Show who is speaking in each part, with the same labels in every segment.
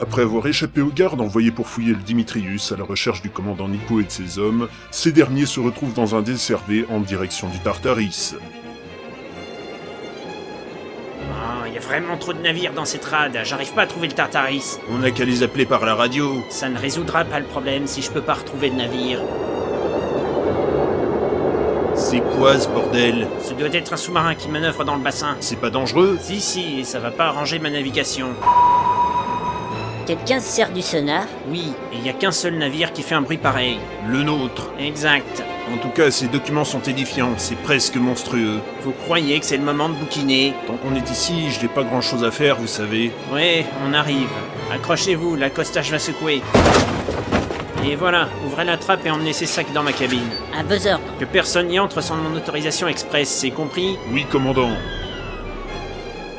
Speaker 1: Après avoir échappé aux gardes envoyés pour fouiller le Dimitrius à la recherche du commandant Nico et de ses hommes, ces derniers se retrouvent dans un desservé en direction du Tartaris.
Speaker 2: Ah, il y a vraiment trop de navires dans cette rade, j'arrive pas à trouver le Tartaris.
Speaker 3: On n'a qu'à les appeler par la radio.
Speaker 2: Ça ne résoudra pas le problème si je peux pas retrouver de navire.
Speaker 3: C'est quoi ce bordel
Speaker 2: Ce doit être un sous-marin qui manœuvre dans le bassin.
Speaker 3: C'est pas dangereux
Speaker 2: Si, si, et ça va pas arranger ma navigation.
Speaker 4: Quelqu'un se sert du sonar
Speaker 2: Oui, et il y a qu'un seul navire qui fait un bruit pareil.
Speaker 3: Le nôtre.
Speaker 2: Exact.
Speaker 3: En tout cas, ces documents sont édifiants, c'est presque monstrueux.
Speaker 2: Vous croyez que c'est le moment de bouquiner
Speaker 3: Tant qu'on est ici, je n'ai pas grand chose à faire, vous savez.
Speaker 2: Ouais, on arrive. Accrochez-vous, l'accostage va secouer. Et voilà, ouvrez la trappe et emmenez ces sacs dans ma cabine.
Speaker 4: Un buzzer.
Speaker 2: Que personne n'y entre sans mon autorisation express, c'est compris
Speaker 1: Oui, commandant.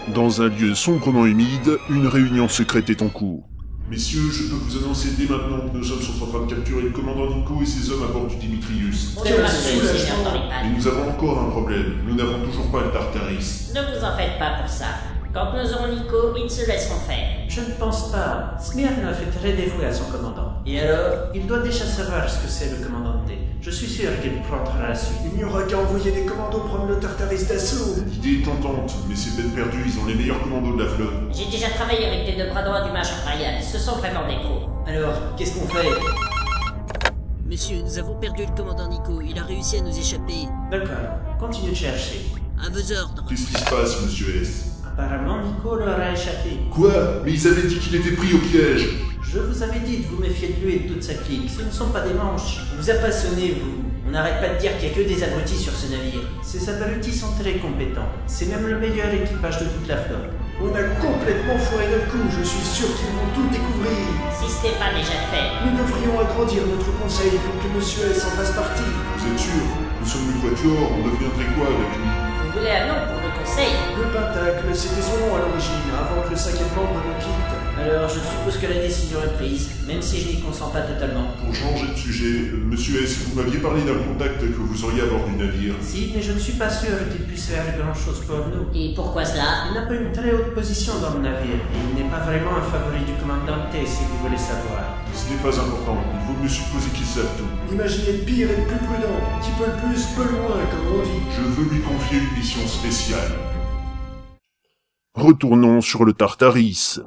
Speaker 1: Dans un lieu sombrement humide, une réunion secrète est en cours. Messieurs, je peux vous annoncer dès maintenant que nos hommes sont en train de capturer le commandant Nico et ses hommes à bord du Dimitrius.
Speaker 4: On est pas soucis, on est
Speaker 1: Mais
Speaker 4: pas.
Speaker 1: nous avons encore un problème. Nous n'avons toujours pas le Tartaris.
Speaker 4: Ne vous en faites pas pour ça. Quand nous aurons Nico, ils se laisseront faire.
Speaker 5: Je ne pense pas. Smirnov est très dévoué à son commandant. Et alors Il doit déjà savoir ce que c'est le commandant D. Je suis sûr qu'il prendra la suite.
Speaker 6: Il n'y aura qu'à envoyer des commandos prendre le Tartaris d'assaut.
Speaker 1: L'idée est tentante, mais c'est peine perdue, ils ont les meilleurs commandos de la flotte.
Speaker 4: J'ai déjà travaillé avec les deux bras droits du mage impérial. Ce sont vraiment des pros.
Speaker 5: Alors, qu'est-ce qu'on fait
Speaker 7: Monsieur, nous avons perdu le commandant Nico. Il a réussi à nous échapper.
Speaker 5: D'accord, continue de chercher.
Speaker 7: À vos ordres.
Speaker 1: Qu'est-ce qui se passe, monsieur S
Speaker 5: Apparemment, Nico leur a échappé.
Speaker 1: Quoi Mais ils avaient dit qu'il était pris au piège
Speaker 5: Je vous avais dit de vous méfier de lui et de toute sa clique. Ce ne sont pas des manches. Vous appassionné, vous. On n'arrête pas de dire qu'il n'y a que des abrutis sur ce navire. Ces abrutis sont très compétents. C'est même le meilleur équipage de toute la flotte.
Speaker 6: On a complètement foiré notre coup, je suis sûr qu'ils vont tout découvrir.
Speaker 4: Si ce n'est pas déjà fait,
Speaker 6: Nous devrions agrandir notre conseil pour que Monsieur S en fasse partie.
Speaker 1: Vous êtes sûr Nous sommes une voiture, on deviendrait quoi avec lui
Speaker 4: vous voulez un nom pour le conseil
Speaker 6: Le Pentacle, c'était son nom à l'origine, avant que le cinquième membre nous quitte.
Speaker 5: Alors, je suppose que la décision est prise, même si je n'y consens pas totalement.
Speaker 1: Pour changer de sujet, euh, monsieur S, vous m'aviez parlé d'un contact que vous auriez à bord du navire.
Speaker 5: Si, mais je ne suis pas sûr qu'il puisse faire grand-chose pour nous.
Speaker 4: Et pourquoi cela
Speaker 5: Il n'a pas une très haute position dans le navire, et il n'est pas vraiment un favori du commandant T, si vous voulez savoir.
Speaker 1: Ce n'est pas important, il vaut mieux supposer qu'ils savent tout.
Speaker 6: Imaginez le pire et le plus prudent, qui peut le plus, peut le moins, comme on dit.
Speaker 1: Je veux lui confier une mission spéciale. Retournons sur le Tartaris.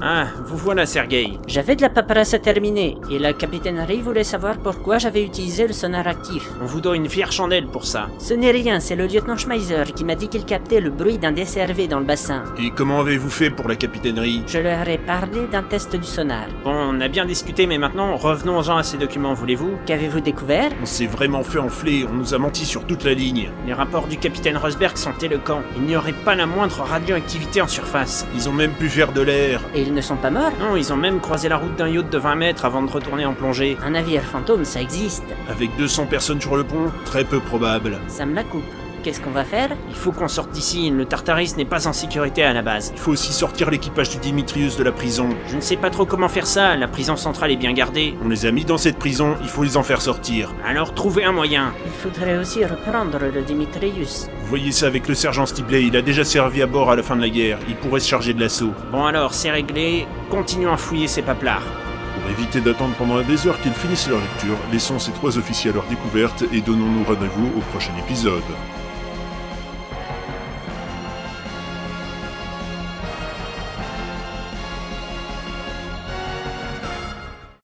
Speaker 2: Ah, vous voilà, Sergueï.
Speaker 7: J'avais de la paperasse à terminer, et la capitaine Ray voulait savoir pourquoi j'avais utilisé le sonar actif.
Speaker 2: On vous doit une fière chandelle pour ça.
Speaker 7: Ce n'est rien, c'est le lieutenant Schmeiser qui m'a dit qu'il captait le bruit d'un desservé dans le bassin.
Speaker 3: Et comment avez-vous fait pour la capitainerie
Speaker 7: Je leur ai parlé d'un test du sonar.
Speaker 2: Bon, on a bien discuté, mais maintenant, revenons-en à ces documents, voulez-vous
Speaker 7: Qu'avez-vous découvert
Speaker 3: On s'est vraiment fait enfler, on nous a menti sur toute la ligne.
Speaker 2: Les rapports du capitaine Rosberg sont éloquents. Il n'y aurait pas la moindre radioactivité en surface.
Speaker 3: Ils ont même pu faire de l'air.
Speaker 7: Et ils ne sont pas morts
Speaker 2: Non, ils ont même croisé la route d'un yacht de 20 mètres avant de retourner en plongée.
Speaker 7: Un navire fantôme, ça existe.
Speaker 3: Avec 200 personnes sur le pont, très peu probable.
Speaker 7: Ça me la coupe. Qu'est-ce qu'on va faire
Speaker 2: Il faut qu'on sorte d'ici, le Tartaris n'est pas en sécurité à la base.
Speaker 3: Il faut aussi sortir l'équipage du Dimitrius de la prison.
Speaker 2: Je ne sais pas trop comment faire ça, la prison centrale est bien gardée.
Speaker 3: On les a mis dans cette prison, il faut les en faire sortir.
Speaker 2: Alors trouvez un moyen.
Speaker 7: Il faudrait aussi reprendre le Dimitrius.
Speaker 3: Vous voyez ça avec le sergent Stibley, il a déjà servi à bord à la fin de la guerre, il pourrait se charger de l'assaut.
Speaker 2: Bon alors, c'est réglé, continuons à fouiller ces paplards.
Speaker 1: Pour éviter d'attendre pendant des heures qu'ils finissent leur lecture, laissons ces trois officiers à leur découverte et donnons-nous rendez-vous au prochain épisode.